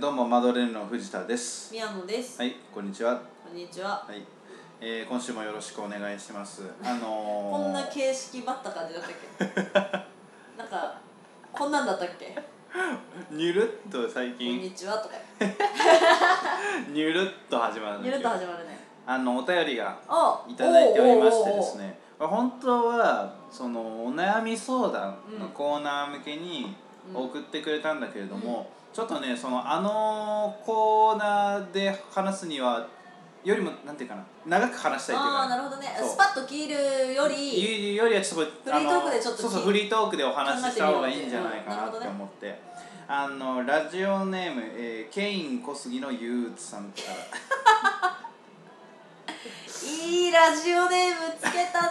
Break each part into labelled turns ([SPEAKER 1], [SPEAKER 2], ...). [SPEAKER 1] どうもマドレーヌの藤田です。
[SPEAKER 2] 宮野です、
[SPEAKER 1] はい、こんにちは。
[SPEAKER 2] こんにちは
[SPEAKER 1] はい、えー今週もよろしくお願いし ます。あのー
[SPEAKER 2] こんな形式ばった感じだったっけ なんかこんなんだったっけ
[SPEAKER 1] にゅるっと最
[SPEAKER 2] 「こん
[SPEAKER 1] 近
[SPEAKER 2] にちは」とか
[SPEAKER 1] にゅるっと始まるんだ
[SPEAKER 2] ゆる
[SPEAKER 1] け
[SPEAKER 2] っ
[SPEAKER 1] ど
[SPEAKER 2] と始まるね
[SPEAKER 1] あのお便りが
[SPEAKER 2] お
[SPEAKER 1] いただいておりましてですね。まあ本当はそのお悩み相談のコーナー向けに
[SPEAKER 2] うん
[SPEAKER 1] 送ってくれたんだけれども、ちょっとねそのあのコーナーで話すにはよりもなんていうかな長く話したいっていう
[SPEAKER 2] あ
[SPEAKER 1] か
[SPEAKER 2] あーなるほどね
[SPEAKER 1] そう
[SPEAKER 2] スパッと切るより
[SPEAKER 1] いうよりはちょっと
[SPEAKER 2] フリートークでちょっと
[SPEAKER 1] あのそうそうフリートークでお話しした方がいいんじゃないかな
[SPEAKER 2] 考えてみようって
[SPEAKER 1] って思って、あのラジオネーム、えーケイン小杉の憂鬱さんか
[SPEAKER 2] いいラジオネームつけ たなー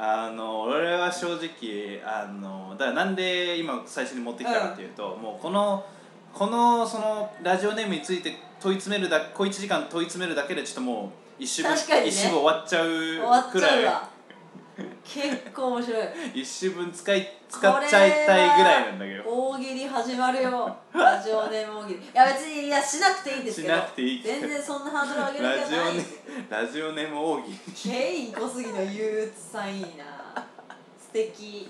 [SPEAKER 1] らあの俺は正直あのだからなんで今最初に持ってきたかっていうと、もうこのこのそのラジオネームについて問い詰めるだ小1時間問い詰めるだけでちょっともう一週分、
[SPEAKER 2] 確かにね
[SPEAKER 1] 一週分終わっちゃ
[SPEAKER 2] 終わ
[SPEAKER 1] う
[SPEAKER 2] っ
[SPEAKER 1] く
[SPEAKER 2] ちゃう
[SPEAKER 1] らい
[SPEAKER 2] わ結構面白い
[SPEAKER 1] 一週分使い使っちゃいたいぐらいなんだけど
[SPEAKER 2] これは大喜利始まるよラジオネーム大喜利いや別にいやしなくていいんですけど
[SPEAKER 1] しなくていいけど
[SPEAKER 2] 全然そんなハードル上げ
[SPEAKER 1] ラ
[SPEAKER 2] る
[SPEAKER 1] ジ
[SPEAKER 2] 気はな
[SPEAKER 1] オ
[SPEAKER 2] い
[SPEAKER 1] ネラジオネーム大喜利
[SPEAKER 2] ケイン小杉の憂鬱さんいいな素敵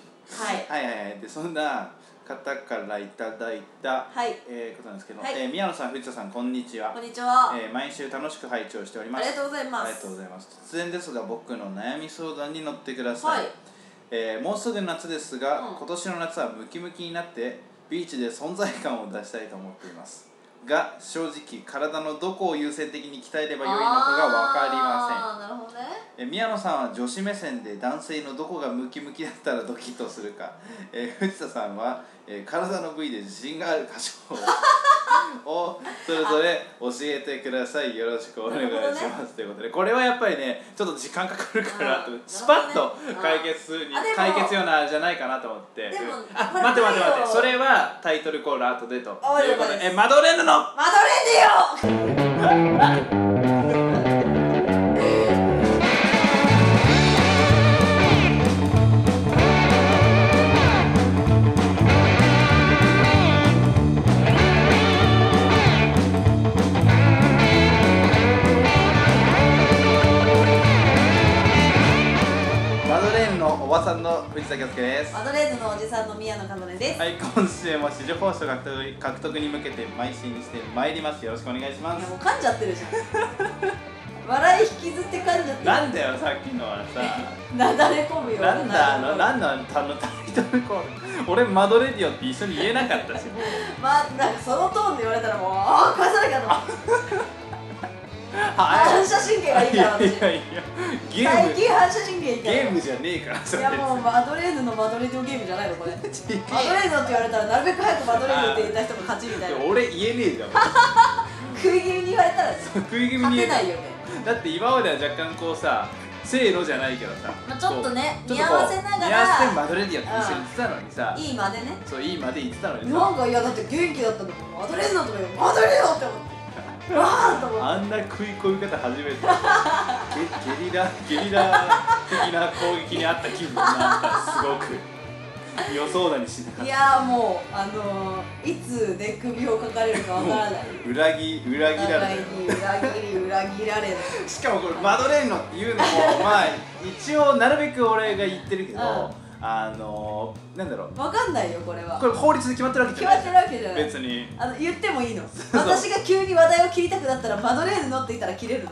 [SPEAKER 2] はい
[SPEAKER 1] はいはいはいでそんな方からいただいた、
[SPEAKER 2] はい
[SPEAKER 1] えーことなんですけど、
[SPEAKER 2] はい
[SPEAKER 1] えー宮野さん藤田さんこんにちは
[SPEAKER 2] こんにちは、
[SPEAKER 1] えー毎週楽しく拝聴しておりま
[SPEAKER 2] あ
[SPEAKER 1] す
[SPEAKER 2] りがとうございま
[SPEAKER 1] あ
[SPEAKER 2] す
[SPEAKER 1] りがとうございます突然ですが僕の悩み相談に乗ってください、
[SPEAKER 2] はい
[SPEAKER 1] えーもうすぐ夏ですが、
[SPEAKER 2] うん
[SPEAKER 1] 今年の夏はムキムキになってビーチで存在感を出したいと思っていますが正直体のどこを優先的に鍛えればよいのかが分かりません
[SPEAKER 2] あーなるほどね
[SPEAKER 1] えー宮野さんは女子目線で男性のどこがムキムキだったらドキッとするか、えー藤田さんは、えー体の部位で自信がある箇 所ををそれぞれ教えてくださいよろしくお願いし
[SPEAKER 2] なる
[SPEAKER 1] ます、ということでこれはやっぱりねちょっと時間かかるかなと
[SPEAKER 2] うん
[SPEAKER 1] スパッと
[SPEAKER 2] なるほどね
[SPEAKER 1] 解決に
[SPEAKER 2] あでも
[SPEAKER 1] 解決ようなあれじゃないかなと思って
[SPEAKER 2] でも
[SPEAKER 1] うんあ
[SPEAKER 2] これ
[SPEAKER 1] 待って待って待
[SPEAKER 2] 太
[SPEAKER 1] って
[SPEAKER 2] 陽
[SPEAKER 1] それはタイトルコール後でと
[SPEAKER 2] あ
[SPEAKER 1] いうこと
[SPEAKER 2] 了解
[SPEAKER 1] で
[SPEAKER 2] です
[SPEAKER 1] えマドレーヌの
[SPEAKER 2] マドレーヌよ
[SPEAKER 1] マドレーヌのおばさんの藤田圭介です
[SPEAKER 2] マドレーヌのおじさんの宮野かなねです、
[SPEAKER 1] はい、今週も市場報酬獲得獲得に向けて邁進してまいります。よろしくお願いしま
[SPEAKER 2] い、やも
[SPEAKER 1] す
[SPEAKER 2] う。噛んじゃってるじゃん笑い引きずって噛んじゃってる
[SPEAKER 1] なんだよ、さっきのはさ。
[SPEAKER 2] なだれ込むよう
[SPEAKER 1] なんだ、あの、な
[SPEAKER 2] な
[SPEAKER 1] んだ、あのタイトルコール。俺、マドレディオって一緒に言えなかったし。
[SPEAKER 2] まあなんかそのトーンで言われたらもうああ返さなきゃと思って
[SPEAKER 1] は
[SPEAKER 2] 反射神経がいい
[SPEAKER 1] い。い
[SPEAKER 2] か
[SPEAKER 1] や
[SPEAKER 2] ら
[SPEAKER 1] い
[SPEAKER 2] 私
[SPEAKER 1] やいや、ゲー
[SPEAKER 2] 最
[SPEAKER 1] ム。
[SPEAKER 2] 近反射神経いいから
[SPEAKER 1] ゲームじゃねえから、そ
[SPEAKER 2] い
[SPEAKER 1] れ。
[SPEAKER 2] やもうマドレーヌのマドレーヌゲームじゃないのこれマドレ
[SPEAKER 1] 違う
[SPEAKER 2] ーヌって言われたらなるべく早くマドレーヌって言った人が勝ちみたいな
[SPEAKER 1] 俺言えねえじゃん。
[SPEAKER 2] 食い気味に言われたらね
[SPEAKER 1] 食い気味に
[SPEAKER 2] 勝
[SPEAKER 1] 言え
[SPEAKER 2] てな
[SPEAKER 1] ない
[SPEAKER 2] いよね
[SPEAKER 1] だって、今までは若干こうさ。せーのじゃないけどさ。
[SPEAKER 2] まあちょっとね
[SPEAKER 1] こう
[SPEAKER 2] 見合わせながら
[SPEAKER 1] 見合わせてマドレディオって一緒に言ってたのにさ。
[SPEAKER 2] いいまでね
[SPEAKER 1] そう、いいまで言ってたのにさ。
[SPEAKER 2] なんかいやだって元気だったのにマドレーヌのとかよマドレーヌって思ってわーっと思って
[SPEAKER 1] あんな食い込み方初 めてゲゲリラゲリラ的な攻撃にあった気分になったすごく予想だにしなかっ
[SPEAKER 2] い
[SPEAKER 1] た
[SPEAKER 2] やーもうあのー、いつで首をかかれるかわからない
[SPEAKER 1] もう裏切裏切られ
[SPEAKER 2] 互
[SPEAKER 1] た
[SPEAKER 2] いに裏切り裏切られる
[SPEAKER 1] しかもこれマドレーヌのっていうのも まあ一応なるべく俺が言ってるけど、
[SPEAKER 2] うん
[SPEAKER 1] あのなんだろう
[SPEAKER 2] わかんないよこれは
[SPEAKER 1] これ法律で決まってるわけ
[SPEAKER 2] 決
[SPEAKER 1] じゃな
[SPEAKER 2] ま
[SPEAKER 1] い
[SPEAKER 2] ってるわけじゃない
[SPEAKER 1] 別に
[SPEAKER 2] あの言って もいいの私が急に話題を切りたくなったらマドレーヌのって言ったら切れるの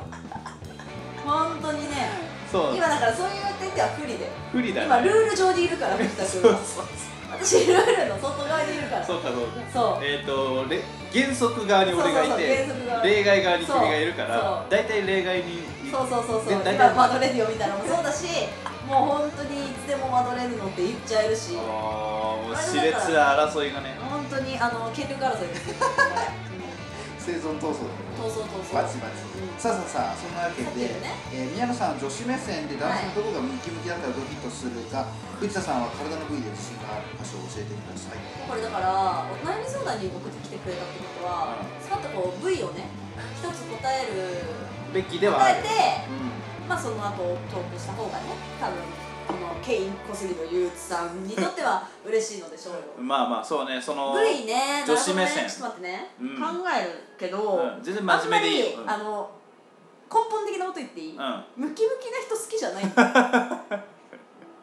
[SPEAKER 2] 本当にね
[SPEAKER 1] そう
[SPEAKER 2] 今だからそういう点では不利で
[SPEAKER 1] 不利
[SPEAKER 2] 今
[SPEAKER 1] だね
[SPEAKER 2] ルール上にいるから藤田
[SPEAKER 1] そう
[SPEAKER 2] 君
[SPEAKER 1] そう
[SPEAKER 2] は私ルールの外側にいるから
[SPEAKER 1] そううかそうか
[SPEAKER 2] そう
[SPEAKER 1] えっ、とれ原則側に俺がいて
[SPEAKER 2] そうそうそう原則側
[SPEAKER 1] 例外側に君がいるか
[SPEAKER 2] そう
[SPEAKER 1] ら
[SPEAKER 2] そう
[SPEAKER 1] 大体例外に
[SPEAKER 2] そうそうそうそう
[SPEAKER 1] で大体
[SPEAKER 2] 今マドレーヌを見たらもそうだしもう本当にいつでもマドレーヌのって言っちゃえる
[SPEAKER 1] あー
[SPEAKER 2] し
[SPEAKER 1] もう
[SPEAKER 2] あれ
[SPEAKER 1] 熾烈な争いがね
[SPEAKER 2] 本当にあの権力争 いですよ
[SPEAKER 1] 生存闘争
[SPEAKER 2] うんそうそうそうそう
[SPEAKER 1] バチバチ
[SPEAKER 2] うん
[SPEAKER 1] さあさあさあそんなわけ
[SPEAKER 2] さっき
[SPEAKER 1] で
[SPEAKER 2] のね、
[SPEAKER 1] えー宮野さんは女子目線で男性のどこがムキムキだったらドキッとするか、藤田さんは体の部位で自信がある箇所を教えてください
[SPEAKER 2] これだからお悩み相談に送ってきてくれたってことは、
[SPEAKER 1] う
[SPEAKER 2] スパッとこう部位をね一つ答える
[SPEAKER 1] べきではあ
[SPEAKER 2] 答
[SPEAKER 1] る
[SPEAKER 2] えて
[SPEAKER 1] う
[SPEAKER 2] まあその後トークした方がね多分このケイン小杉の憂鬱さんにとっ ては嬉しいのでしょうよ
[SPEAKER 1] まあまあそうねその、
[SPEAKER 2] 無理ね
[SPEAKER 1] 女子目線
[SPEAKER 2] なるほどねちょっと待ってね、
[SPEAKER 1] うん
[SPEAKER 2] 考えるけど、
[SPEAKER 1] うん、全然
[SPEAKER 2] あ
[SPEAKER 1] 真
[SPEAKER 2] んま
[SPEAKER 1] 面目でいい
[SPEAKER 2] り、
[SPEAKER 1] よ
[SPEAKER 2] あの根本的なこと言っていい、
[SPEAKER 1] うんうん
[SPEAKER 2] ムキムキな人好きじゃないんだよ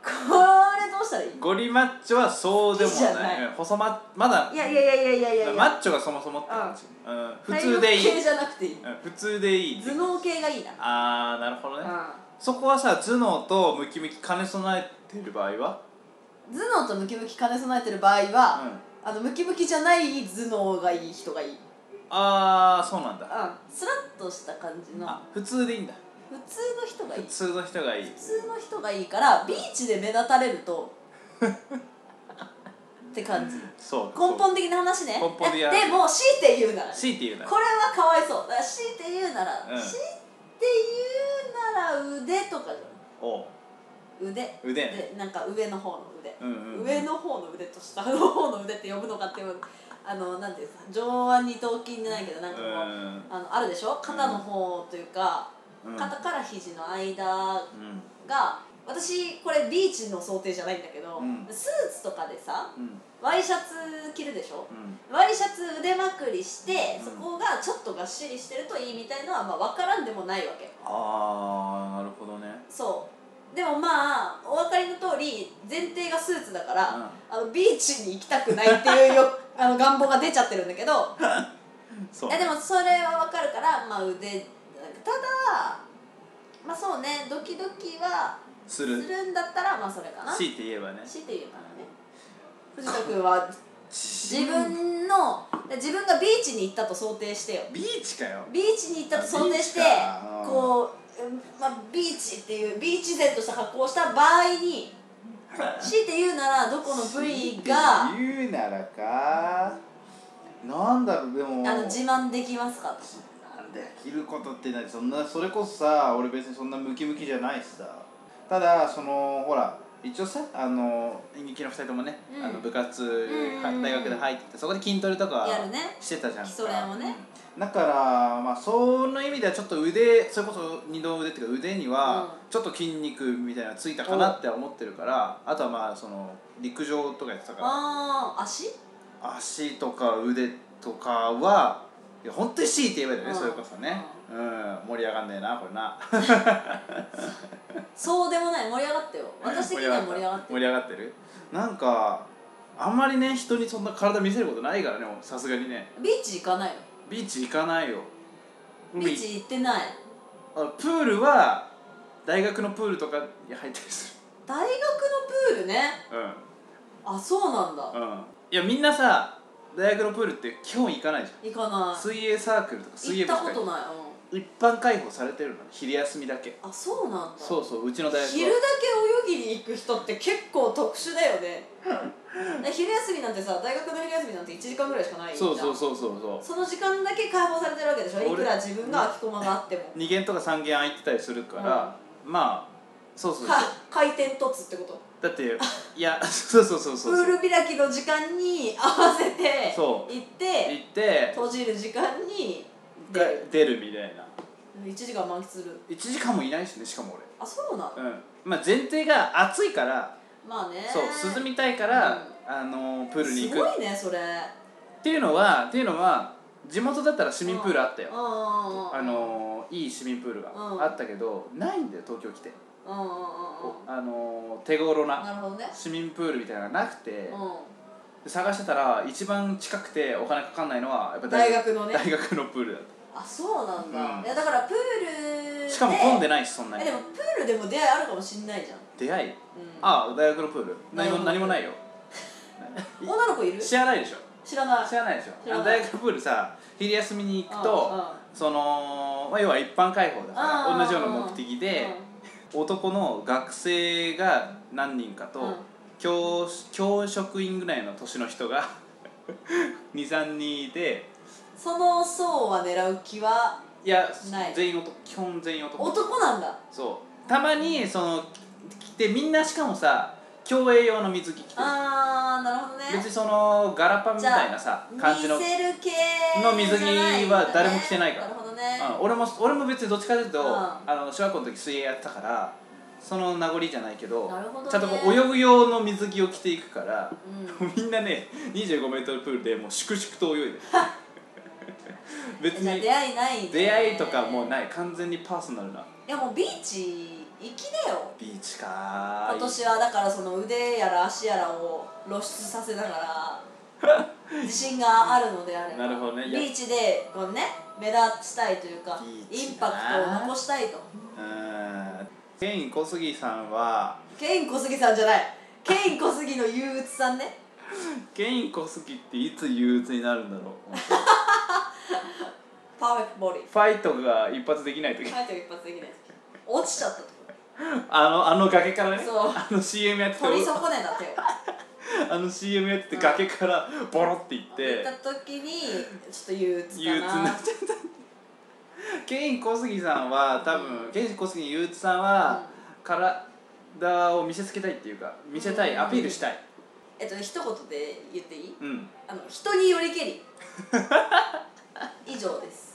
[SPEAKER 2] これどうしたらいい
[SPEAKER 1] ゴリマッチョはそうでも
[SPEAKER 2] 好きじゃ
[SPEAKER 1] な
[SPEAKER 2] ないい
[SPEAKER 1] うん細マッまだ
[SPEAKER 2] いやいやいやいやいやいや
[SPEAKER 1] マッチョがそもそもって感じ、うん普通でい
[SPEAKER 2] 体
[SPEAKER 1] い、
[SPEAKER 2] 力系じゃなくていい
[SPEAKER 1] うん普通でいい
[SPEAKER 2] 頭脳系がいいな
[SPEAKER 1] ああなるほど
[SPEAKER 2] う
[SPEAKER 1] ね、
[SPEAKER 2] ん
[SPEAKER 1] そこはさ頭脳とムキムキ兼ね備えてる場合は、
[SPEAKER 2] 頭脳とムキムキ兼ね備えてる場合は、
[SPEAKER 1] うん
[SPEAKER 2] あのムキムキじゃない頭脳がいい人がいい、うん、
[SPEAKER 1] ああそうなんだ
[SPEAKER 2] スラッとした感じの
[SPEAKER 1] あ普通でいいんだ
[SPEAKER 2] 普通の人がいい
[SPEAKER 1] 普
[SPEAKER 2] 普
[SPEAKER 1] 通の人がいい
[SPEAKER 2] 通の人がいいからビーチで目立たれる とって感じ
[SPEAKER 1] そう
[SPEAKER 2] 根本的な話ね
[SPEAKER 1] 根本的な
[SPEAKER 2] えでも強いて言うなら
[SPEAKER 1] 強いて言うなら
[SPEAKER 2] これはかわいそうだから強いて言うなら、
[SPEAKER 1] うん
[SPEAKER 2] 強いて言うなら腕とかじ
[SPEAKER 1] おう
[SPEAKER 2] ゃん腕
[SPEAKER 1] 腕ね
[SPEAKER 2] でなんか上の方の腕、
[SPEAKER 1] うんうんうん
[SPEAKER 2] 上の方の腕と下の方の腕って呼ぶのかっていうあのなんていうんですか上腕二頭筋じゃないけどなんかこ
[SPEAKER 1] う
[SPEAKER 2] う、
[SPEAKER 1] ん
[SPEAKER 2] あのあるでしょ肩の方というか、
[SPEAKER 1] うん
[SPEAKER 2] 肩から肘の間
[SPEAKER 1] うん
[SPEAKER 2] が私これビーチの想定じゃないんだけど、
[SPEAKER 1] うん
[SPEAKER 2] スーツとかでさ
[SPEAKER 1] うん
[SPEAKER 2] ワイシャツ着るでしょ、
[SPEAKER 1] うん
[SPEAKER 2] ワイシャツ腕まくりして、
[SPEAKER 1] うん
[SPEAKER 2] そこがちょっとがっしりしてるといいみたいのはまあ分からんでもないわけ
[SPEAKER 1] ああなるほどね
[SPEAKER 2] そうでもまあお分かりの通り前提がスーツだから、
[SPEAKER 1] うん
[SPEAKER 2] あのビーチに行きたくないっていうよ あの願望が出ちゃってるんだ けど
[SPEAKER 1] そう
[SPEAKER 2] いやでもそれは分かるから、まあ、腕ただまあそうねドキドキは
[SPEAKER 1] す
[SPEAKER 2] す
[SPEAKER 1] る
[SPEAKER 2] るんだったらまあそれかな
[SPEAKER 1] 強いて言えばね
[SPEAKER 2] 強いて言うからね藤田君は
[SPEAKER 1] 自
[SPEAKER 2] 自 分の自分がビーチに行ったと想定してよ
[SPEAKER 1] ビーチかよ
[SPEAKER 2] ビーチに行ったと想定して
[SPEAKER 1] ビーチかうん
[SPEAKER 2] こう、うんまあ、ビーチっていうビーチ然とした格好をした場合 に強いて言うならどこの部位があ
[SPEAKER 1] 言うならかなんだろうでも
[SPEAKER 2] の自慢できますか
[SPEAKER 1] なんで着ることってないそんなそれこそさ俺別にそんなムキムキじゃないしさただそのほら一応さあの演劇の2人ともね、
[SPEAKER 2] うん
[SPEAKER 1] あの部活、
[SPEAKER 2] んうんうん
[SPEAKER 1] 大学で入っててそこで筋トレとか
[SPEAKER 2] やるね
[SPEAKER 1] してたじゃんか
[SPEAKER 2] 基礎練をね
[SPEAKER 1] うんだからまあその意味ではちょっと腕それこそ二の腕っていうか腕にはちょっと筋肉みたいなのついたかなって思ってるから、あとはまあその陸上とかやってたから
[SPEAKER 2] ああ足
[SPEAKER 1] 足とか腕とかはいや本当に強いて言えばいいんだよね、
[SPEAKER 2] うん
[SPEAKER 1] それこそね、うん、盛り上がんねえなこれな
[SPEAKER 2] そうでもない盛り上 がったよ私的には盛り上がって
[SPEAKER 1] 盛り上がってるなんかあんまりね人にそんな体見せることないからねさすがにね
[SPEAKER 2] ビーチ行かないよ
[SPEAKER 1] ビーチ行かないよ
[SPEAKER 2] ビーチ行ってない
[SPEAKER 1] あプールは大学のプールとかに入ったりす
[SPEAKER 2] 大学のプールね
[SPEAKER 1] るうん
[SPEAKER 2] あそうなんだ
[SPEAKER 1] うんいやみんなさ大学のプールって基本行かないじ
[SPEAKER 2] 行かな
[SPEAKER 1] ゃん水泳サークルとか
[SPEAKER 2] い
[SPEAKER 1] 水泳
[SPEAKER 2] 行っ
[SPEAKER 1] 部
[SPEAKER 2] た
[SPEAKER 1] とか
[SPEAKER 2] ことない、
[SPEAKER 1] 一般開放されてるのね昼休みだけ
[SPEAKER 2] うん、あそうなんだ
[SPEAKER 1] そうそううちの大学は
[SPEAKER 2] 昼だけ泳ぎに行く人って結構特殊だよねえ昼休みなんてさ大学の昼休みなんて1時間ぐらいしかないじゃん
[SPEAKER 1] そうそうそうそうそう
[SPEAKER 2] その時間だけ解放されてるわけでしょ
[SPEAKER 1] 俺
[SPEAKER 2] いくら自分が空き駒があっても
[SPEAKER 1] 2限とか3限空いてたりするから、まあそうそうそう
[SPEAKER 2] か回転凸ってこと
[SPEAKER 1] だっていや そうそうそうそうそう
[SPEAKER 2] プール開きの時間に合わせて行
[SPEAKER 1] そ
[SPEAKER 2] っ
[SPEAKER 1] う
[SPEAKER 2] て
[SPEAKER 1] 行って
[SPEAKER 2] 閉じる時間に出
[SPEAKER 1] が
[SPEAKER 2] る
[SPEAKER 1] 出るみたいな
[SPEAKER 2] 1時間満喫する
[SPEAKER 1] 1時間もいないしねしかも
[SPEAKER 2] あそうなの
[SPEAKER 1] 俺うんまあ前提が暑いから
[SPEAKER 2] まあね
[SPEAKER 1] そう涼みたいから、あのプールに行
[SPEAKER 2] す
[SPEAKER 1] く
[SPEAKER 2] ごいねそれ
[SPEAKER 1] っていうのはっていうのは地元だったら市民プールあったよ、あ
[SPEAKER 2] あ
[SPEAKER 1] のいい市民プールが
[SPEAKER 2] うん
[SPEAKER 1] あったけど、ないんだよ東京来て、
[SPEAKER 2] うんうんうんうん
[SPEAKER 1] あの手頃な
[SPEAKER 2] なるほどね
[SPEAKER 1] 市民プールみたいなのがなくて、
[SPEAKER 2] う
[SPEAKER 1] で探してたら一番近くてお金かかんないのはやっぱ
[SPEAKER 2] ん大学のね
[SPEAKER 1] 大学のプールだっ
[SPEAKER 2] あそうなんだ、
[SPEAKER 1] うん
[SPEAKER 2] いやだからプー
[SPEAKER 1] た
[SPEAKER 2] ルで
[SPEAKER 1] しかも混んでないしそんな
[SPEAKER 2] え
[SPEAKER 1] に
[SPEAKER 2] でもプールでも出会いあるかもしんないじゃん、
[SPEAKER 1] 出会い
[SPEAKER 2] うん、
[SPEAKER 1] ああ大学のプール何も何
[SPEAKER 2] 大学
[SPEAKER 1] も
[SPEAKER 2] のプール
[SPEAKER 1] ないよ
[SPEAKER 2] 女の子いる
[SPEAKER 1] 知らないでしょ
[SPEAKER 2] 知らない
[SPEAKER 1] 知らないでし
[SPEAKER 2] 知
[SPEAKER 1] ょあ
[SPEAKER 2] ら
[SPEAKER 1] の
[SPEAKER 2] ない
[SPEAKER 1] 大学のプールさ昼休みに行く
[SPEAKER 2] うんう
[SPEAKER 1] と
[SPEAKER 2] ん
[SPEAKER 1] その、まあ、要は一般開放だか
[SPEAKER 2] うん
[SPEAKER 1] ら同じような目的で男の学生が何人かと、
[SPEAKER 2] うん
[SPEAKER 1] 教教職員ぐらいの年の人が 23人いて
[SPEAKER 2] うんその層は狙う気はい
[SPEAKER 1] や
[SPEAKER 2] ない
[SPEAKER 1] 全員男基本全員男
[SPEAKER 2] 男なんだ
[SPEAKER 1] そうたまにその着てみんなしかもさ競泳用の水着着てる
[SPEAKER 2] あーなるほどね
[SPEAKER 1] 別にそのガラパンみたいなさ感じの、う
[SPEAKER 2] 見
[SPEAKER 1] ん、
[SPEAKER 2] せる系
[SPEAKER 1] の水着は誰も着てないから
[SPEAKER 2] じゃないんだねなるほどね
[SPEAKER 1] 俺も俺も別にどっちかというと、
[SPEAKER 2] うん
[SPEAKER 1] あの小学校の時水泳やってたからその名残じゃないけど
[SPEAKER 2] なるほどね
[SPEAKER 1] ちゃんとこう泳ぐ用の水着を着ていくから、
[SPEAKER 2] う
[SPEAKER 1] みんなね 25m プールでもう粛々と泳い でる別
[SPEAKER 2] じゃあ
[SPEAKER 1] に
[SPEAKER 2] 出会いないね
[SPEAKER 1] 出会いとかもうない完全にパーソナルない
[SPEAKER 2] やもうビーチ行きだよ
[SPEAKER 1] ビーチか
[SPEAKER 2] 今年はだからその腕やら足やらを露出させなが ら自信があるのであれば
[SPEAKER 1] なるほどねいや
[SPEAKER 2] ビーチでこうね目立ちたいというか
[SPEAKER 1] ビーチ
[SPEAKER 2] イ
[SPEAKER 1] な
[SPEAKER 2] ンパクトを残したいと
[SPEAKER 1] うんケイン小杉さんは
[SPEAKER 2] ケイン小杉さんじゃないケイン小杉の憂鬱さんね
[SPEAKER 1] ケイン小杉っていつ憂鬱になるんだろう
[SPEAKER 2] パーフェクトボディ
[SPEAKER 1] ファイトが一発でき ない時
[SPEAKER 2] ファイトが一発できない落ちちゃったと
[SPEAKER 1] あのあの崖からね
[SPEAKER 2] そう
[SPEAKER 1] あの CM やってて
[SPEAKER 2] 取り損ねた手を
[SPEAKER 1] あの CM やってて崖からボロっていっ
[SPEAKER 2] 見
[SPEAKER 1] て
[SPEAKER 2] た時にちょっと憂鬱
[SPEAKER 1] 憂鬱に
[SPEAKER 2] だ
[SPEAKER 1] なっ
[SPEAKER 2] な
[SPEAKER 1] ちゃったケイン小杉さんは多分ケイン小杉憂鬱さんは体を見せつけたいっていうか見せたい
[SPEAKER 2] うん
[SPEAKER 1] アピールしたい
[SPEAKER 2] えっと一言で言っていい
[SPEAKER 1] うん
[SPEAKER 2] あの人によりけり以上です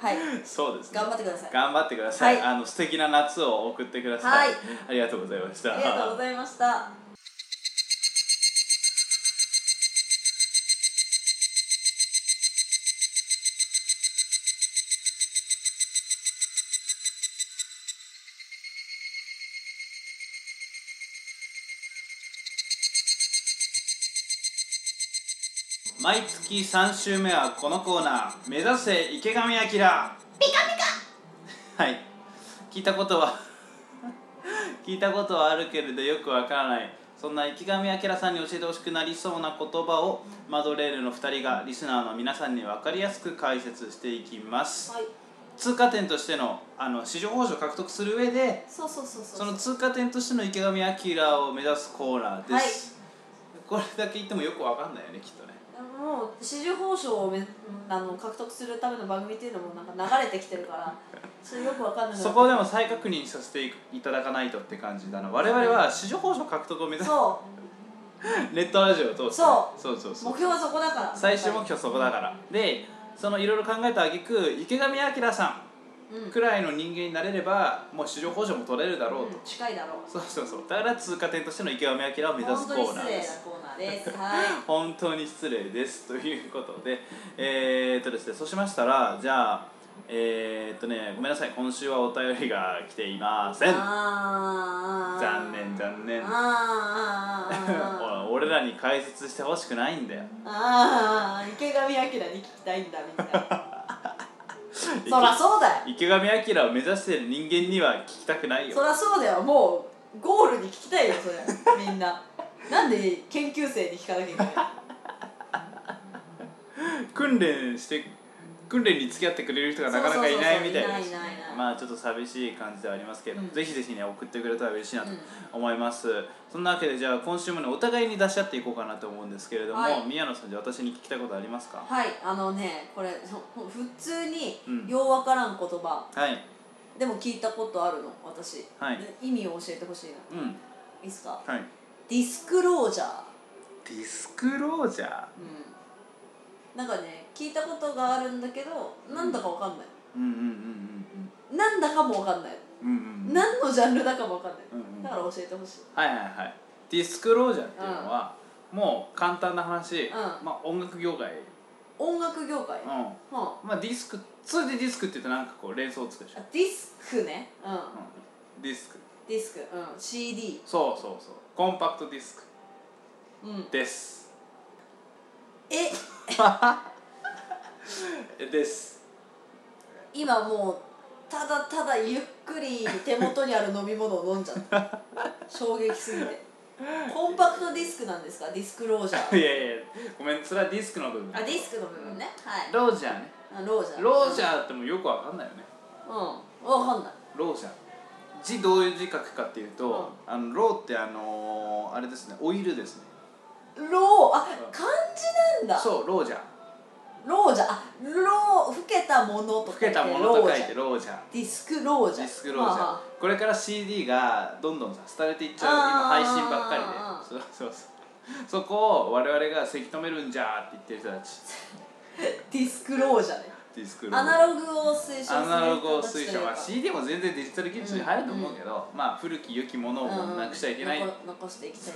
[SPEAKER 2] はい
[SPEAKER 1] そうですね
[SPEAKER 2] 頑張ってください
[SPEAKER 1] 頑張ってください、
[SPEAKER 2] はい
[SPEAKER 1] あの素敵な夏を送ってください、
[SPEAKER 2] はい
[SPEAKER 1] ありがとうございました
[SPEAKER 2] ありがとうございました
[SPEAKER 1] 毎月3週目はこのコーナー「目指せ池上彰」ピカピカはい聞いたことは 聞いたことはあるけれどよくわからないそんな池上彰さんに教えてほしくなりそうな言葉をマドレーヌの2人がリスナーの皆さんに分かりやすく解説していきます
[SPEAKER 2] はい
[SPEAKER 1] 通過点としてのあの市場報酬を獲得する上で
[SPEAKER 2] そうそうそうそう
[SPEAKER 1] その通過点としての池上彰を目指すコーナーです、これだけ言ってもよくわかんないよねきっとね
[SPEAKER 2] もう支持報酬をめあの獲得するための番組っていうのもなんか流れてきて るからそれよくわかんない
[SPEAKER 1] そこでも再確認させていただかないとって感じだな我々は市場報酬獲得を目指す
[SPEAKER 2] そ
[SPEAKER 1] ネットラジオを通して
[SPEAKER 2] そ
[SPEAKER 1] そうそう
[SPEAKER 2] う
[SPEAKER 1] そ
[SPEAKER 2] 目
[SPEAKER 1] う
[SPEAKER 2] 標はそこだから
[SPEAKER 1] 最終目標そこだからでそのいろいろ考えた挙句池上彰さ
[SPEAKER 2] うん
[SPEAKER 1] んくらいの人間になれればもう市場報酬も取れるだろうと、
[SPEAKER 2] うん近いだろう
[SPEAKER 1] そうそうそうだから通過点としての池上彰を目指す
[SPEAKER 2] 本
[SPEAKER 1] コ
[SPEAKER 2] 当に
[SPEAKER 1] ーナー
[SPEAKER 2] 失礼
[SPEAKER 1] で
[SPEAKER 2] な
[SPEAKER 1] す
[SPEAKER 2] コーナーですはい
[SPEAKER 1] 本当に失礼ですということでえー、っとですねそうしましたらじゃあえー、っとねごめんなさい今週はお便りが来ていません
[SPEAKER 2] あー
[SPEAKER 1] 残念残念
[SPEAKER 2] あーあー あー
[SPEAKER 1] おい俺らに解説してほしくないんだよ
[SPEAKER 2] あー池上彰に聞きたいんだみん なそらそうだよ
[SPEAKER 1] 池上彰を目指してる人間には聞きたくないよ
[SPEAKER 2] そりゃそうだよもうゴールに聞きたいよそ れみんななんで研究生に聞かなきゃいけない
[SPEAKER 1] 訓練して訓練に付き合ってくれる人がなかなかいないみたいですね
[SPEAKER 2] そうそうそうそういないいない
[SPEAKER 1] まあちょっと寂しい感じではありますけど、
[SPEAKER 2] うん
[SPEAKER 1] ぜひぜひね送ってくれたら嬉しいなと
[SPEAKER 2] うん
[SPEAKER 1] 思います、そんなわけでじゃあ今週もねお互いに出し合っていこうかなと思うんですけれども、
[SPEAKER 2] はい
[SPEAKER 1] 宮野さんじゃあ私に聞きたいことありますか
[SPEAKER 2] はいあのねこれほほ普通に
[SPEAKER 1] うん
[SPEAKER 2] ようわからん言葉、
[SPEAKER 1] はい
[SPEAKER 2] でも聞いたことあるの私、
[SPEAKER 1] はい
[SPEAKER 2] で意味を教えてほしいのい
[SPEAKER 1] うん
[SPEAKER 2] いですか
[SPEAKER 1] はい
[SPEAKER 2] ディスクロージャー
[SPEAKER 1] ディスクロージャー
[SPEAKER 2] うん、なんかね聞いたことがあるんだけどなんだかわかんない、
[SPEAKER 1] うんうん
[SPEAKER 2] なんだかもわかんない、
[SPEAKER 1] うんうんうんうんうん
[SPEAKER 2] 何のジャンルだかもわかんない、
[SPEAKER 1] うんうん
[SPEAKER 2] だから教えてほしい
[SPEAKER 1] はいはいはいディスクロージャーっていうのは、もう簡単な話、
[SPEAKER 2] ん
[SPEAKER 1] まあ音楽業界、
[SPEAKER 2] 音楽業界、
[SPEAKER 1] うん
[SPEAKER 2] はあ
[SPEAKER 1] まあディスクそれでディスクって言うとなんかこう連想つくでしょ、
[SPEAKER 2] あディスクね、うん
[SPEAKER 1] うん、ディスク
[SPEAKER 2] ディスク、うん、CD、
[SPEAKER 1] そうそうそうコンパクトディスク
[SPEAKER 2] うん、
[SPEAKER 1] です
[SPEAKER 2] え
[SPEAKER 1] えです
[SPEAKER 2] 今もうただただゆっくり手元にある飲み物を飲んじゃった 衝撃すぎてコンパクトディスクなんですかディスクロージャ
[SPEAKER 1] い
[SPEAKER 2] ー
[SPEAKER 1] やいやごめんそれはディスクの部分
[SPEAKER 2] あディスクの部分ねはい
[SPEAKER 1] ロージャーね
[SPEAKER 2] あロージャー
[SPEAKER 1] ロージャーってもうよくわかんないよね
[SPEAKER 2] うんわかんない
[SPEAKER 1] ロージャー字どういう字書くかっていうと、あのローってあのーあれですねオイルですね
[SPEAKER 2] ローあ漢字なんだ
[SPEAKER 1] そうロージャー
[SPEAKER 2] ローじゃあロー老けたもの
[SPEAKER 1] 老
[SPEAKER 2] と書い
[SPEAKER 1] け
[SPEAKER 2] て
[SPEAKER 1] たものと書い
[SPEAKER 2] ロー
[SPEAKER 1] て
[SPEAKER 2] ジャ
[SPEAKER 1] ロージャー
[SPEAKER 2] ディスクロージ
[SPEAKER 1] デ
[SPEAKER 2] ャ
[SPEAKER 1] ィスクロージャ
[SPEAKER 2] はあ
[SPEAKER 1] ー
[SPEAKER 2] は
[SPEAKER 1] これから CD がどんどんさ廃れていっちゃう
[SPEAKER 2] あ
[SPEAKER 1] 今
[SPEAKER 2] ー
[SPEAKER 1] 配信ばっかり
[SPEAKER 2] あー
[SPEAKER 1] でそうそうそうそこを我々がせき止めるんじゃーって言ってる人たち
[SPEAKER 2] あディスクロージャーね
[SPEAKER 1] ディスクロール
[SPEAKER 2] アナログを推奨する
[SPEAKER 1] アナログを
[SPEAKER 2] 形とい
[SPEAKER 1] 推
[SPEAKER 2] う
[SPEAKER 1] 奨
[SPEAKER 2] か
[SPEAKER 1] は CD も全然デジタル技術に入ると思うけど、まあ古き良きものをなくしちゃいけない、
[SPEAKER 2] うん残残していきたい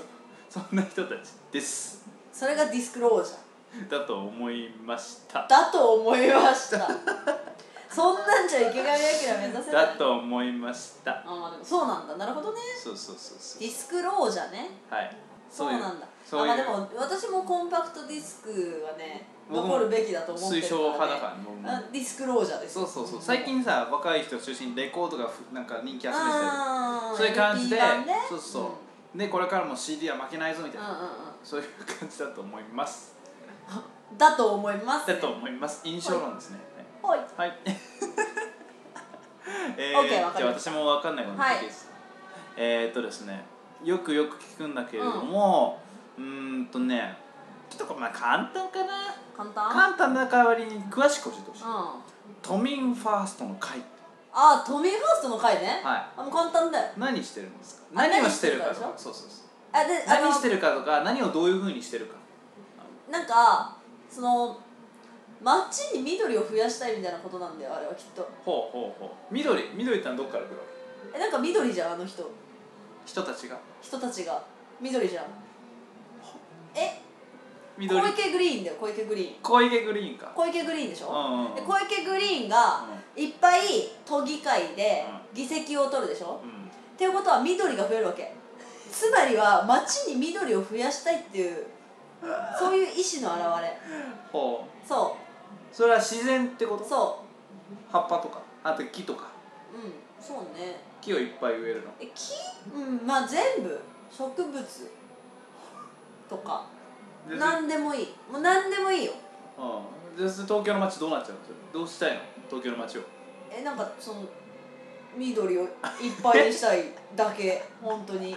[SPEAKER 1] そんな人たちです
[SPEAKER 2] それがディスクロージャー
[SPEAKER 1] だと思いました
[SPEAKER 2] だと思いました そんなんじゃ池上彰目指せない
[SPEAKER 1] だと思いました
[SPEAKER 2] あーでもそうなんだなるほどね
[SPEAKER 1] そうそうそうそ
[SPEAKER 2] ディスクロージャーね
[SPEAKER 1] うはい
[SPEAKER 2] そう
[SPEAKER 1] いう
[SPEAKER 2] なんだ
[SPEAKER 1] そういう
[SPEAKER 2] あまあでも私もコンパクトディスクはね
[SPEAKER 1] 僕も
[SPEAKER 2] 残るべきだと思って
[SPEAKER 1] 推
[SPEAKER 2] るから、
[SPEAKER 1] 奨
[SPEAKER 2] ね、
[SPEAKER 1] 派だからねもう
[SPEAKER 2] あディスクロージャーです
[SPEAKER 1] そうそうそう最近さ若い人を中心にレコードがふなんか人気集めてる
[SPEAKER 2] あー
[SPEAKER 1] そういう感じで
[SPEAKER 2] LP 版ね
[SPEAKER 1] そうそうでこれからも CD は負けないぞみた
[SPEAKER 2] う
[SPEAKER 1] い
[SPEAKER 2] んう
[SPEAKER 1] なん
[SPEAKER 2] うん
[SPEAKER 1] そういう感じだと思います
[SPEAKER 2] うんだと思います、
[SPEAKER 1] だと思います印象論ですね
[SPEAKER 2] はい
[SPEAKER 1] はいえ
[SPEAKER 2] OK
[SPEAKER 1] ー
[SPEAKER 2] わか
[SPEAKER 1] じゃ
[SPEAKER 2] り
[SPEAKER 1] あ
[SPEAKER 2] ま
[SPEAKER 1] 私も分かんないことだけですえーっとですねよくよく聞くんだけれどもうーんとねちょっとこれまあ簡単かな
[SPEAKER 2] 簡単
[SPEAKER 1] 簡単な代わりに詳しく教えてほしい
[SPEAKER 2] うん
[SPEAKER 1] 都民ファーストの会
[SPEAKER 2] あトミーファーストの回ね、
[SPEAKER 1] はい
[SPEAKER 2] あもう簡単だよ
[SPEAKER 1] 何してるんですか
[SPEAKER 2] あ
[SPEAKER 1] 何をしてるかと
[SPEAKER 2] 何し
[SPEAKER 1] か
[SPEAKER 2] てるかで
[SPEAKER 1] そうそうそう
[SPEAKER 2] あであの
[SPEAKER 1] 何してるかとか何をどういうふうにしてるか
[SPEAKER 2] なんかその街に緑を増やしたいみたいなことなんだよあれはきっと
[SPEAKER 1] ほうほうほう緑緑ってのはどっから来るわけ
[SPEAKER 2] えなんか緑じゃんあの人
[SPEAKER 1] 人たちが
[SPEAKER 2] 人たちが緑じゃんえ
[SPEAKER 1] 緑
[SPEAKER 2] 小池グリーンだよ小池グリーン
[SPEAKER 1] 小池グリーンか
[SPEAKER 2] 小池グリーンでし
[SPEAKER 1] う
[SPEAKER 2] ょ、
[SPEAKER 1] んうんうん
[SPEAKER 2] で小池グリーンがいっぱい都議会で議席を取るでしょ、
[SPEAKER 1] うん
[SPEAKER 2] っていうことは緑が増えるわけつまりは街に緑を増やしたいっていうそういう意志の表れ
[SPEAKER 1] ほう
[SPEAKER 2] そ
[SPEAKER 1] それは自然ってこ
[SPEAKER 2] う
[SPEAKER 1] と
[SPEAKER 2] そ
[SPEAKER 1] 葉っぱとかあと木とか
[SPEAKER 2] ううんそうね
[SPEAKER 1] 木をいっぱい植えるの
[SPEAKER 2] え木うんまあ全部植物とか
[SPEAKER 1] で
[SPEAKER 2] 何でもいいもう何でもいいよ
[SPEAKER 1] うんでそれ東京の街どうなっちゃうのそれどうしたいの東京の街を
[SPEAKER 2] えなんかその緑をいっぱいにした いだけ本当に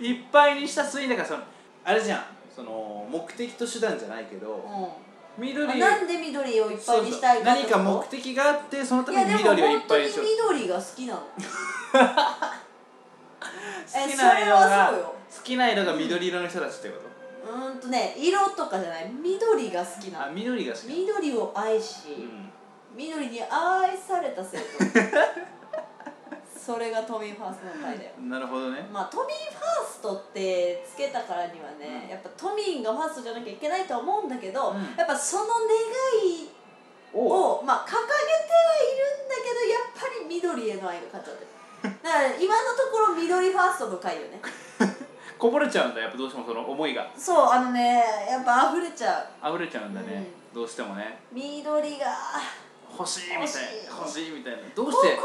[SPEAKER 1] いっぱいにした水だからそのあれじゃんその目的と手段じゃないけ
[SPEAKER 2] う
[SPEAKER 1] ど
[SPEAKER 2] ん
[SPEAKER 1] 緑
[SPEAKER 2] あなんで緑をいっぱいにしたいかっ
[SPEAKER 1] 何
[SPEAKER 2] てこと
[SPEAKER 1] か目的があってそのた
[SPEAKER 2] い
[SPEAKER 1] め
[SPEAKER 2] や
[SPEAKER 1] に
[SPEAKER 2] でも
[SPEAKER 1] 緑をいっぱ
[SPEAKER 2] 本当
[SPEAKER 1] い
[SPEAKER 2] に
[SPEAKER 1] にしよう
[SPEAKER 2] 緑が好きなの
[SPEAKER 1] 好
[SPEAKER 2] え
[SPEAKER 1] き
[SPEAKER 2] そ
[SPEAKER 1] な
[SPEAKER 2] れ
[SPEAKER 1] 色
[SPEAKER 2] は
[SPEAKER 1] が
[SPEAKER 2] そうよ
[SPEAKER 1] 好きな色が緑色の人たちってこと、
[SPEAKER 2] うーんとね色とかじゃない緑が好きな
[SPEAKER 1] あ
[SPEAKER 2] の
[SPEAKER 1] 緑が好き、
[SPEAKER 2] 緑を愛し、
[SPEAKER 1] うん、
[SPEAKER 2] 緑に愛され た生徒それがトミーファーストの会だよ
[SPEAKER 1] なるほどね
[SPEAKER 2] まあトミーファーストってつけたからには
[SPEAKER 1] う
[SPEAKER 2] ね、
[SPEAKER 1] ん
[SPEAKER 2] やっぱトミーがファーストじゃなきゃいけないとは思うんだけど、
[SPEAKER 1] うん
[SPEAKER 2] やっぱその願い
[SPEAKER 1] おお
[SPEAKER 2] を、まあ、掲げてはいるんだけどやっぱり緑への愛が勝っちゃってるだから今のところ緑ファーストの会よ ね
[SPEAKER 1] こぼれちゃうんだやっぱどうしてもその思いが
[SPEAKER 2] そうあのねやっぱ溢れちゃう
[SPEAKER 1] 溢れちゃうんだね、どうしてもね
[SPEAKER 2] 緑が
[SPEAKER 1] 欲しいみたいな
[SPEAKER 2] 欲しい
[SPEAKER 1] 欲しいみたいなどう
[SPEAKER 2] こ
[SPEAKER 1] し
[SPEAKER 2] こに
[SPEAKER 1] て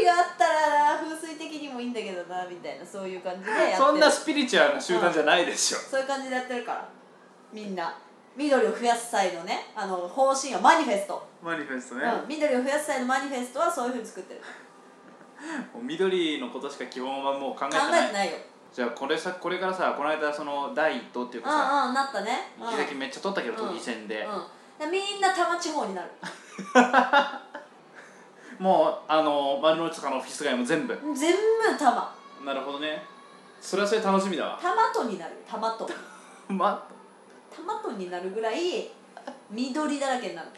[SPEAKER 2] 緑があったら風水的にもいいんだけどなみたいなそういう感じでやってる
[SPEAKER 1] そんなスピリチュアルな集団じゃないでしょ、
[SPEAKER 2] そういう感じでやってるからみんな緑を増やす際のねあの方針はマニフェスト、
[SPEAKER 1] マニフェストね、
[SPEAKER 2] うん、緑を増やす際のマニフェストはそういうふうに作ってる
[SPEAKER 1] もう緑のことしか基本はもう考えて
[SPEAKER 2] 考
[SPEAKER 1] ない
[SPEAKER 2] えてないよ
[SPEAKER 1] じゃあこれさこれからさこの間その第一党っていう
[SPEAKER 2] う
[SPEAKER 1] かさ
[SPEAKER 2] んうんなったねうん
[SPEAKER 1] 議席めっちゃ取ったけど
[SPEAKER 2] うん
[SPEAKER 1] 都議選で、
[SPEAKER 2] うん、でみんな多摩地方になる
[SPEAKER 1] もうあの丸の内とかのオフィス街も全部
[SPEAKER 2] 全部多摩
[SPEAKER 1] なるほどねそれはそれ楽しみだわ
[SPEAKER 2] 多摩都になる多摩都多
[SPEAKER 1] ま
[SPEAKER 2] 摩都になるぐらい緑だらけになる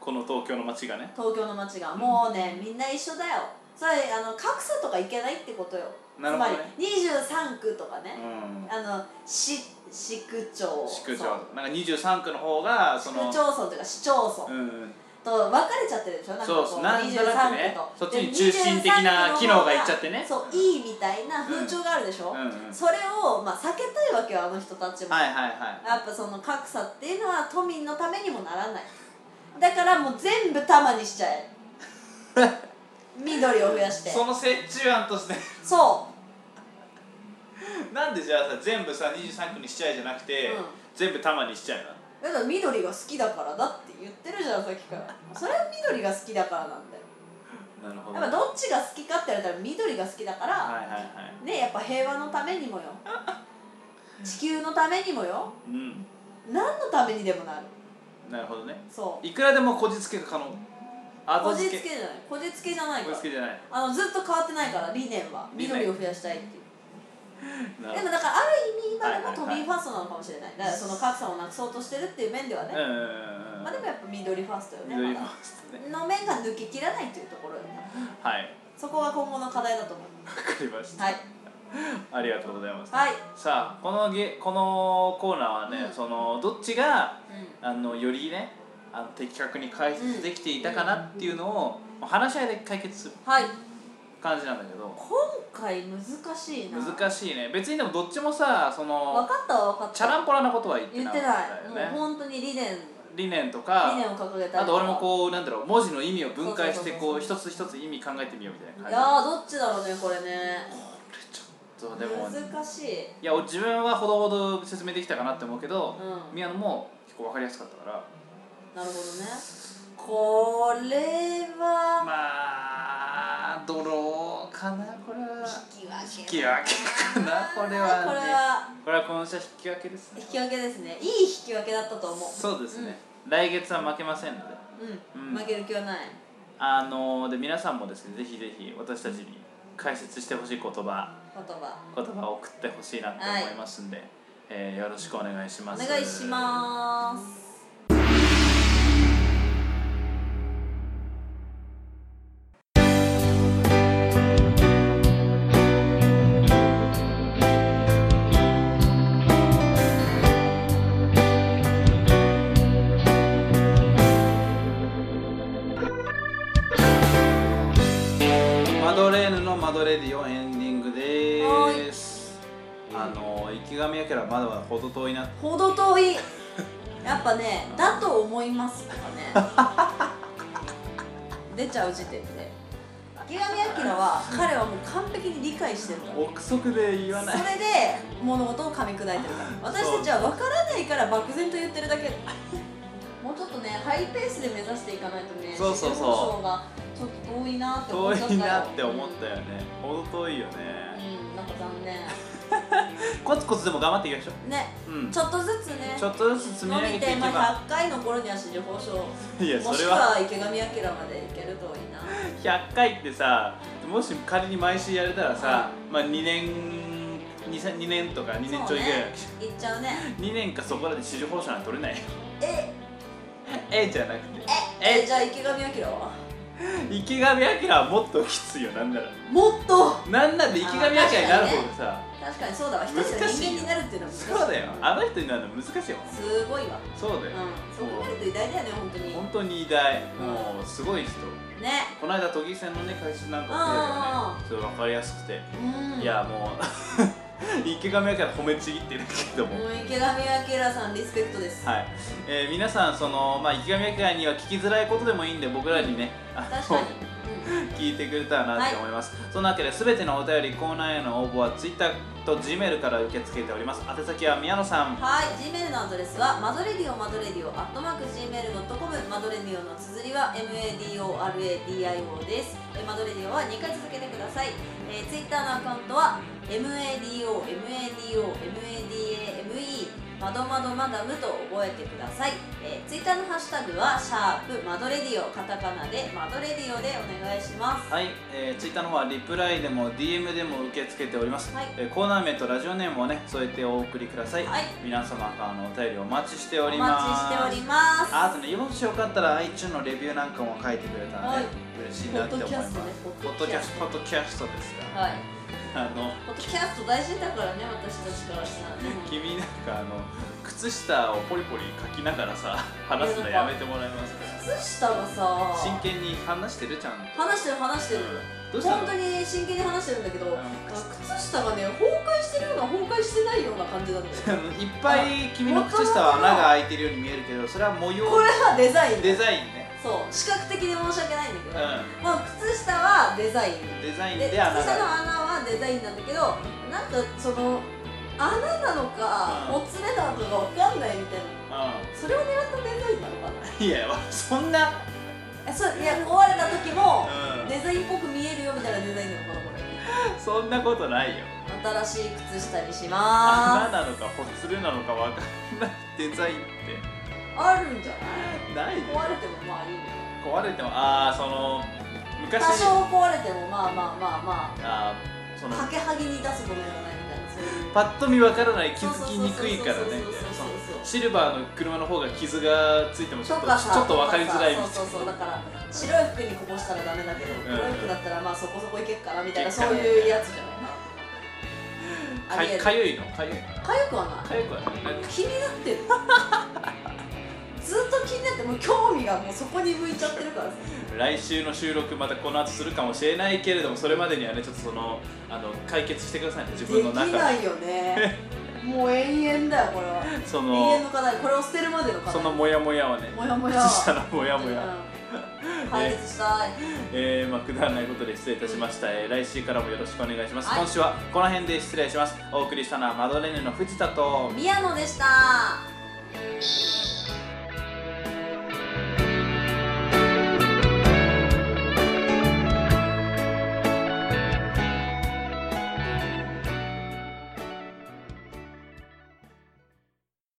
[SPEAKER 1] この東京の街がね
[SPEAKER 2] 東京の街がもうねみんな一緒だよそれあの格差とかいけないってことよ
[SPEAKER 1] なるほどね
[SPEAKER 2] つまり23区とか
[SPEAKER 1] う
[SPEAKER 2] ね、
[SPEAKER 1] ん
[SPEAKER 2] あの市市区町
[SPEAKER 1] 市区町
[SPEAKER 2] 村
[SPEAKER 1] なんか23区の方がそ
[SPEAKER 2] 市
[SPEAKER 1] の
[SPEAKER 2] 区町村というか市町村、
[SPEAKER 1] うん
[SPEAKER 2] と分かれちゃってるでしょなんかこ
[SPEAKER 1] そううなんとなくね
[SPEAKER 2] 23区と
[SPEAKER 1] そっちに
[SPEAKER 2] で
[SPEAKER 1] 中心的な
[SPEAKER 2] 23
[SPEAKER 1] 機能がいっちゃってね
[SPEAKER 2] そういいみたいな風潮があるでしょ、
[SPEAKER 1] うんうん
[SPEAKER 2] それを、まあ、避けたいわけよあの人たちも、
[SPEAKER 1] はいはいはい
[SPEAKER 2] やっぱその格差っていうのは都民のためにもならないだからもう全部玉にしちゃ え緑を増やして
[SPEAKER 1] その折衷案として
[SPEAKER 2] そ
[SPEAKER 1] なんでじゃあさ全部さ23区にしちゃえじゃなくて、
[SPEAKER 2] うん
[SPEAKER 1] 全部多摩にしちゃえな
[SPEAKER 2] うだから緑が好きだからだって言ってるじゃんさっきからそれは緑が好きだからなんだ
[SPEAKER 1] な
[SPEAKER 2] よ
[SPEAKER 1] るほ
[SPEAKER 2] やっぱどっちが好きかって言われたら緑が好きだから、
[SPEAKER 1] はいはいはい
[SPEAKER 2] ねやっぱ平和のためにもよ地球のためにもよ
[SPEAKER 1] うん
[SPEAKER 2] 何のためにでもなる
[SPEAKER 1] なるほどね
[SPEAKER 2] そう
[SPEAKER 1] いくらでもこじつけが可能
[SPEAKER 2] こ
[SPEAKER 1] 後
[SPEAKER 2] じ
[SPEAKER 1] 付
[SPEAKER 2] つ
[SPEAKER 1] け
[SPEAKER 2] けじゃないこじつけじゃないか
[SPEAKER 1] こじつけじゃない
[SPEAKER 2] らあのずっと変わってないから理念は
[SPEAKER 1] 理念
[SPEAKER 2] 緑を増やしたいっていう
[SPEAKER 1] な
[SPEAKER 2] で
[SPEAKER 1] るほ
[SPEAKER 2] も
[SPEAKER 1] ど
[SPEAKER 2] だからある意味今でも
[SPEAKER 1] はいはい
[SPEAKER 2] ト
[SPEAKER 1] はい
[SPEAKER 2] ミーファーストなのかももしれないだからその格差をなくそうとしてるっていう面ではね、
[SPEAKER 1] うん
[SPEAKER 2] まあでもやっぱ緑ファーストよね
[SPEAKER 1] 緑フ
[SPEAKER 2] ま
[SPEAKER 1] ァ
[SPEAKER 2] だ
[SPEAKER 1] ーストね
[SPEAKER 2] の面が抜けきらないというところよね
[SPEAKER 1] はいわ
[SPEAKER 2] そこが今後の課題だと思う
[SPEAKER 1] かりました、
[SPEAKER 2] はい
[SPEAKER 1] ありがとうございます、
[SPEAKER 2] はい、
[SPEAKER 1] さあこのゲこのコーナーはね、
[SPEAKER 2] うん
[SPEAKER 1] そのどっちが
[SPEAKER 2] うん
[SPEAKER 1] あのよりねあの的確に解説できていたかなっていうのを、話し合いで解決する
[SPEAKER 2] はい、
[SPEAKER 1] 感じなんだけど
[SPEAKER 2] 今回難しいな
[SPEAKER 1] 難しいね別にでもどっちもさそ
[SPEAKER 2] 分
[SPEAKER 1] の
[SPEAKER 2] かったは分かった
[SPEAKER 1] チャランポラなことは言って
[SPEAKER 2] 言
[SPEAKER 1] な
[SPEAKER 2] っ
[SPEAKER 1] か
[SPEAKER 2] て
[SPEAKER 1] った
[SPEAKER 2] ない、もう
[SPEAKER 1] よね
[SPEAKER 2] 本当に理念
[SPEAKER 1] 理念と
[SPEAKER 2] 理
[SPEAKER 1] か
[SPEAKER 2] 念を掲げたりとか
[SPEAKER 1] あと俺もこうなんだろう文字の意味を分解してこう
[SPEAKER 2] そ
[SPEAKER 1] 一
[SPEAKER 2] う
[SPEAKER 1] つ一つ意味考えてみようみたいない感じ
[SPEAKER 2] やーどっちだろうねこれね
[SPEAKER 1] これちょっとでも
[SPEAKER 2] 難しい
[SPEAKER 1] いや俺自分はほどほど説明できたかなって思うけど、
[SPEAKER 2] うん
[SPEAKER 1] 宮野も結構分かりやすかったから
[SPEAKER 2] なるほどねこれ
[SPEAKER 1] ま
[SPEAKER 2] は、
[SPEAKER 1] あドローかなこれは
[SPEAKER 2] 引き分け
[SPEAKER 1] 引き分けかなこれはね
[SPEAKER 2] これは
[SPEAKER 1] これはこの試合引き分けですね
[SPEAKER 2] 引き分けですねいい引き分けだったと思う
[SPEAKER 1] そうですね、来月は負けませんので
[SPEAKER 2] うん、
[SPEAKER 1] うん
[SPEAKER 2] 負ける気はない
[SPEAKER 1] あので皆さんもですねぜひぜひ私たちに解説してほしい言葉
[SPEAKER 2] 言葉
[SPEAKER 1] 言葉を送ってほしいなって思いますんで、えーよろしくお願いし
[SPEAKER 2] お
[SPEAKER 1] ます
[SPEAKER 2] 願いします
[SPEAKER 1] マドレーヌのマドレディオエンディングですあの池上彰はまだまだ程遠いな
[SPEAKER 2] ほど遠いやっぱねだと思います とかね出ちゃう時点で池上彰は彼はもう完璧に理解してるから
[SPEAKER 1] 憶測で言わない
[SPEAKER 2] それで物事を噛み砕いてるから私たちは分からないから漠然と言ってるだけもうちょっとねハイペースで目指していかないとね
[SPEAKER 1] そうそうそう
[SPEAKER 2] 資料保障がちょっと遠いなって思っちゃっ
[SPEAKER 1] 遠
[SPEAKER 2] た
[SPEAKER 1] いなって思っ
[SPEAKER 2] よ
[SPEAKER 1] たよね程遠いよ
[SPEAKER 2] うん
[SPEAKER 1] ね、
[SPEAKER 2] うんなんか残念
[SPEAKER 1] コツコツでも頑張っていきましょ
[SPEAKER 2] ね
[SPEAKER 1] ううん
[SPEAKER 2] ちょっとずつね
[SPEAKER 1] ちょっとずつ積み上げていけ
[SPEAKER 2] 伸び
[SPEAKER 1] ば
[SPEAKER 2] まあ、100回の頃には資料保障
[SPEAKER 1] いや
[SPEAKER 2] も
[SPEAKER 1] そ
[SPEAKER 2] し
[SPEAKER 1] れ
[SPEAKER 2] く
[SPEAKER 1] は
[SPEAKER 2] は池上彰までいけるといいな
[SPEAKER 1] 100回ってさもし仮に毎週やれたらさ、まあ2年 2, さ2年とか2年ちょいぐらい、
[SPEAKER 2] いっちゃうね
[SPEAKER 1] 2年かそこらで支持報酬なんて取れないよ
[SPEAKER 2] え
[SPEAKER 1] えじゃなくて
[SPEAKER 2] ええじゃあ池上彰は
[SPEAKER 1] 池上彰はもっときついよなんなら
[SPEAKER 2] もっと
[SPEAKER 1] なんなら池上彰になる方がさ、
[SPEAKER 2] 確かにそうだわ一人の人間になるっていうのは難しい
[SPEAKER 1] そうだよあの人になるの難しいよ
[SPEAKER 2] すごいわ
[SPEAKER 1] そうだ
[SPEAKER 2] う
[SPEAKER 1] よ、
[SPEAKER 2] んそこ見ると偉大だよね本当に
[SPEAKER 1] 本当に偉大もうすごい人
[SPEAKER 2] ね
[SPEAKER 1] この間都議選のね解説なんか
[SPEAKER 2] あ
[SPEAKER 1] してたよねちょっと分かりやすくて、
[SPEAKER 2] うん
[SPEAKER 1] いや もう池上彰褒めちぎってるけども、
[SPEAKER 2] もう池上彰さんリスペクトです
[SPEAKER 1] はい、えー皆さんその、まあ、池上彰には聞きづらいことでもいいんで僕らにね、あの
[SPEAKER 2] 確かにうん
[SPEAKER 1] 聞いてくれたらなって思います、そんなわけで全てのお便りコーナーへの応募は Twitter と Gmail から受け付けております宛先は宮野さん
[SPEAKER 2] はい Gmail のアドレスはマドレディオマドレディオアットマーク Gmail.com マドレディオの綴りは MADORADIO ですえマドレディオは2回続けてください、えー、Twitter のアカウントは MADOMADOMADAME まどまどマダムと覚えてください、えー、Twitter のハッシュタグはシャープマドレディオカタカナでマドレディオでお願いします
[SPEAKER 1] はい、えー、Twitter の方はリプライでも DM でも受け付けております、
[SPEAKER 2] はい
[SPEAKER 1] えーコーナー名とラジオネームをね添えてお送りください、
[SPEAKER 2] はい
[SPEAKER 1] 皆様からのお便りお待ちして
[SPEAKER 2] お
[SPEAKER 1] おり
[SPEAKER 2] 待
[SPEAKER 1] ます
[SPEAKER 2] ちしております
[SPEAKER 1] あとね、もしよかったら iTunes のレビューなんかも書いてくれたらね、
[SPEAKER 2] はい
[SPEAKER 1] 嬉しいなって思います
[SPEAKER 2] ポ
[SPEAKER 1] ポ
[SPEAKER 2] ッ
[SPEAKER 1] ッ
[SPEAKER 2] ド
[SPEAKER 1] ド
[SPEAKER 2] キ
[SPEAKER 1] キ
[SPEAKER 2] ャ
[SPEAKER 1] ャ
[SPEAKER 2] ス
[SPEAKER 1] ス
[SPEAKER 2] ト
[SPEAKER 1] トポッドキャストですか
[SPEAKER 2] はい
[SPEAKER 1] あの
[SPEAKER 2] ポッドキャスト大事だからね私たちからしたらね
[SPEAKER 1] 君なんかあの靴下をポリポリ書きながらさ話すのやめてもらえますか
[SPEAKER 2] 靴下がさ
[SPEAKER 1] 真剣に話してるちゃんと
[SPEAKER 2] 話してる話してる
[SPEAKER 1] どうしたの
[SPEAKER 2] 本当に真剣に話してるんだけど、
[SPEAKER 1] ん
[SPEAKER 2] 靴下がね崩壊してるような崩壊してないような感じなんだよ
[SPEAKER 1] いっぱい君の靴下は穴が開いてるように見えるけどそれは模様
[SPEAKER 2] これはデザイン
[SPEAKER 1] デザインね
[SPEAKER 2] そう視覚的で申し訳ないんだけ
[SPEAKER 1] う
[SPEAKER 2] ど、
[SPEAKER 1] ん
[SPEAKER 2] まあ靴下はデザイン
[SPEAKER 1] デザイン
[SPEAKER 2] で
[SPEAKER 1] で穴
[SPEAKER 2] 靴下の
[SPEAKER 1] が
[SPEAKER 2] 穴はデザインなんだけどなんかその穴なのか、
[SPEAKER 1] うん
[SPEAKER 2] おつれなのかが分かんないみたいなそれを狙ったデザインなのかな
[SPEAKER 1] うんいやそんな
[SPEAKER 2] えそういや壊れた時も
[SPEAKER 1] う
[SPEAKER 2] デザインっぽく見えるよみたいなデザインなのかなこ
[SPEAKER 1] ん
[SPEAKER 2] れ
[SPEAKER 1] そんなことないよ
[SPEAKER 2] 新しい靴下にし
[SPEAKER 1] 穴
[SPEAKER 2] ま
[SPEAKER 1] なのかほつれなのかわかんないデザインって
[SPEAKER 2] すあるんじゃない
[SPEAKER 1] ないよ
[SPEAKER 2] 壊れてもまあいいよ
[SPEAKER 1] 壊れてもああその
[SPEAKER 2] 多
[SPEAKER 1] 昔
[SPEAKER 2] 少壊れてもまあまあまあま
[SPEAKER 1] あーそ
[SPEAKER 2] あ
[SPEAKER 1] の
[SPEAKER 2] かけはぎに出すものじゃないみたいなそ
[SPEAKER 1] パッと見わから ない気
[SPEAKER 2] そう
[SPEAKER 1] づきにくいからねみたいな
[SPEAKER 2] そうそうそうそうそう
[SPEAKER 1] シルバーの車の方が傷がついてもちょっ
[SPEAKER 2] と
[SPEAKER 1] と
[SPEAKER 2] か
[SPEAKER 1] ち
[SPEAKER 2] さ
[SPEAKER 1] ょっと分かりづらいみたいな
[SPEAKER 2] そうそうそうだから白い服にこぼしたらダメだけど、黒い服だったらまあそこそこいけっからみたいな
[SPEAKER 1] けっか
[SPEAKER 2] そう
[SPEAKER 1] ら
[SPEAKER 2] いうやつじゃない
[SPEAKER 1] か
[SPEAKER 2] ありえる
[SPEAKER 1] かゆいのかゆいの
[SPEAKER 2] かゆくはない
[SPEAKER 1] かゆくはないなんか
[SPEAKER 2] 気になってるずっと気になってもう興味がもうそこに向いちゃってるからさ
[SPEAKER 1] 来週の収録またこの後するかもしれないけれどもそれまでにはねちょっとそのあの解決してくださいね自
[SPEAKER 2] で
[SPEAKER 1] 分
[SPEAKER 2] き
[SPEAKER 1] の中
[SPEAKER 2] ないよ ねもう永遠だよこれは
[SPEAKER 1] そ
[SPEAKER 2] 永遠
[SPEAKER 1] の
[SPEAKER 2] の課題これを捨てるまでの課題
[SPEAKER 1] そのモヤモヤをね
[SPEAKER 2] もやもや
[SPEAKER 1] 靴下のモヤ モヤ、
[SPEAKER 2] うん解決したい
[SPEAKER 1] えーまあ、くだらないことで失礼いたしました、えー来週からもよろしくお願いします、
[SPEAKER 2] はい
[SPEAKER 1] 今週はこの辺で失礼しますお送りしたのはマドレーヌの藤田と
[SPEAKER 2] 宮野でした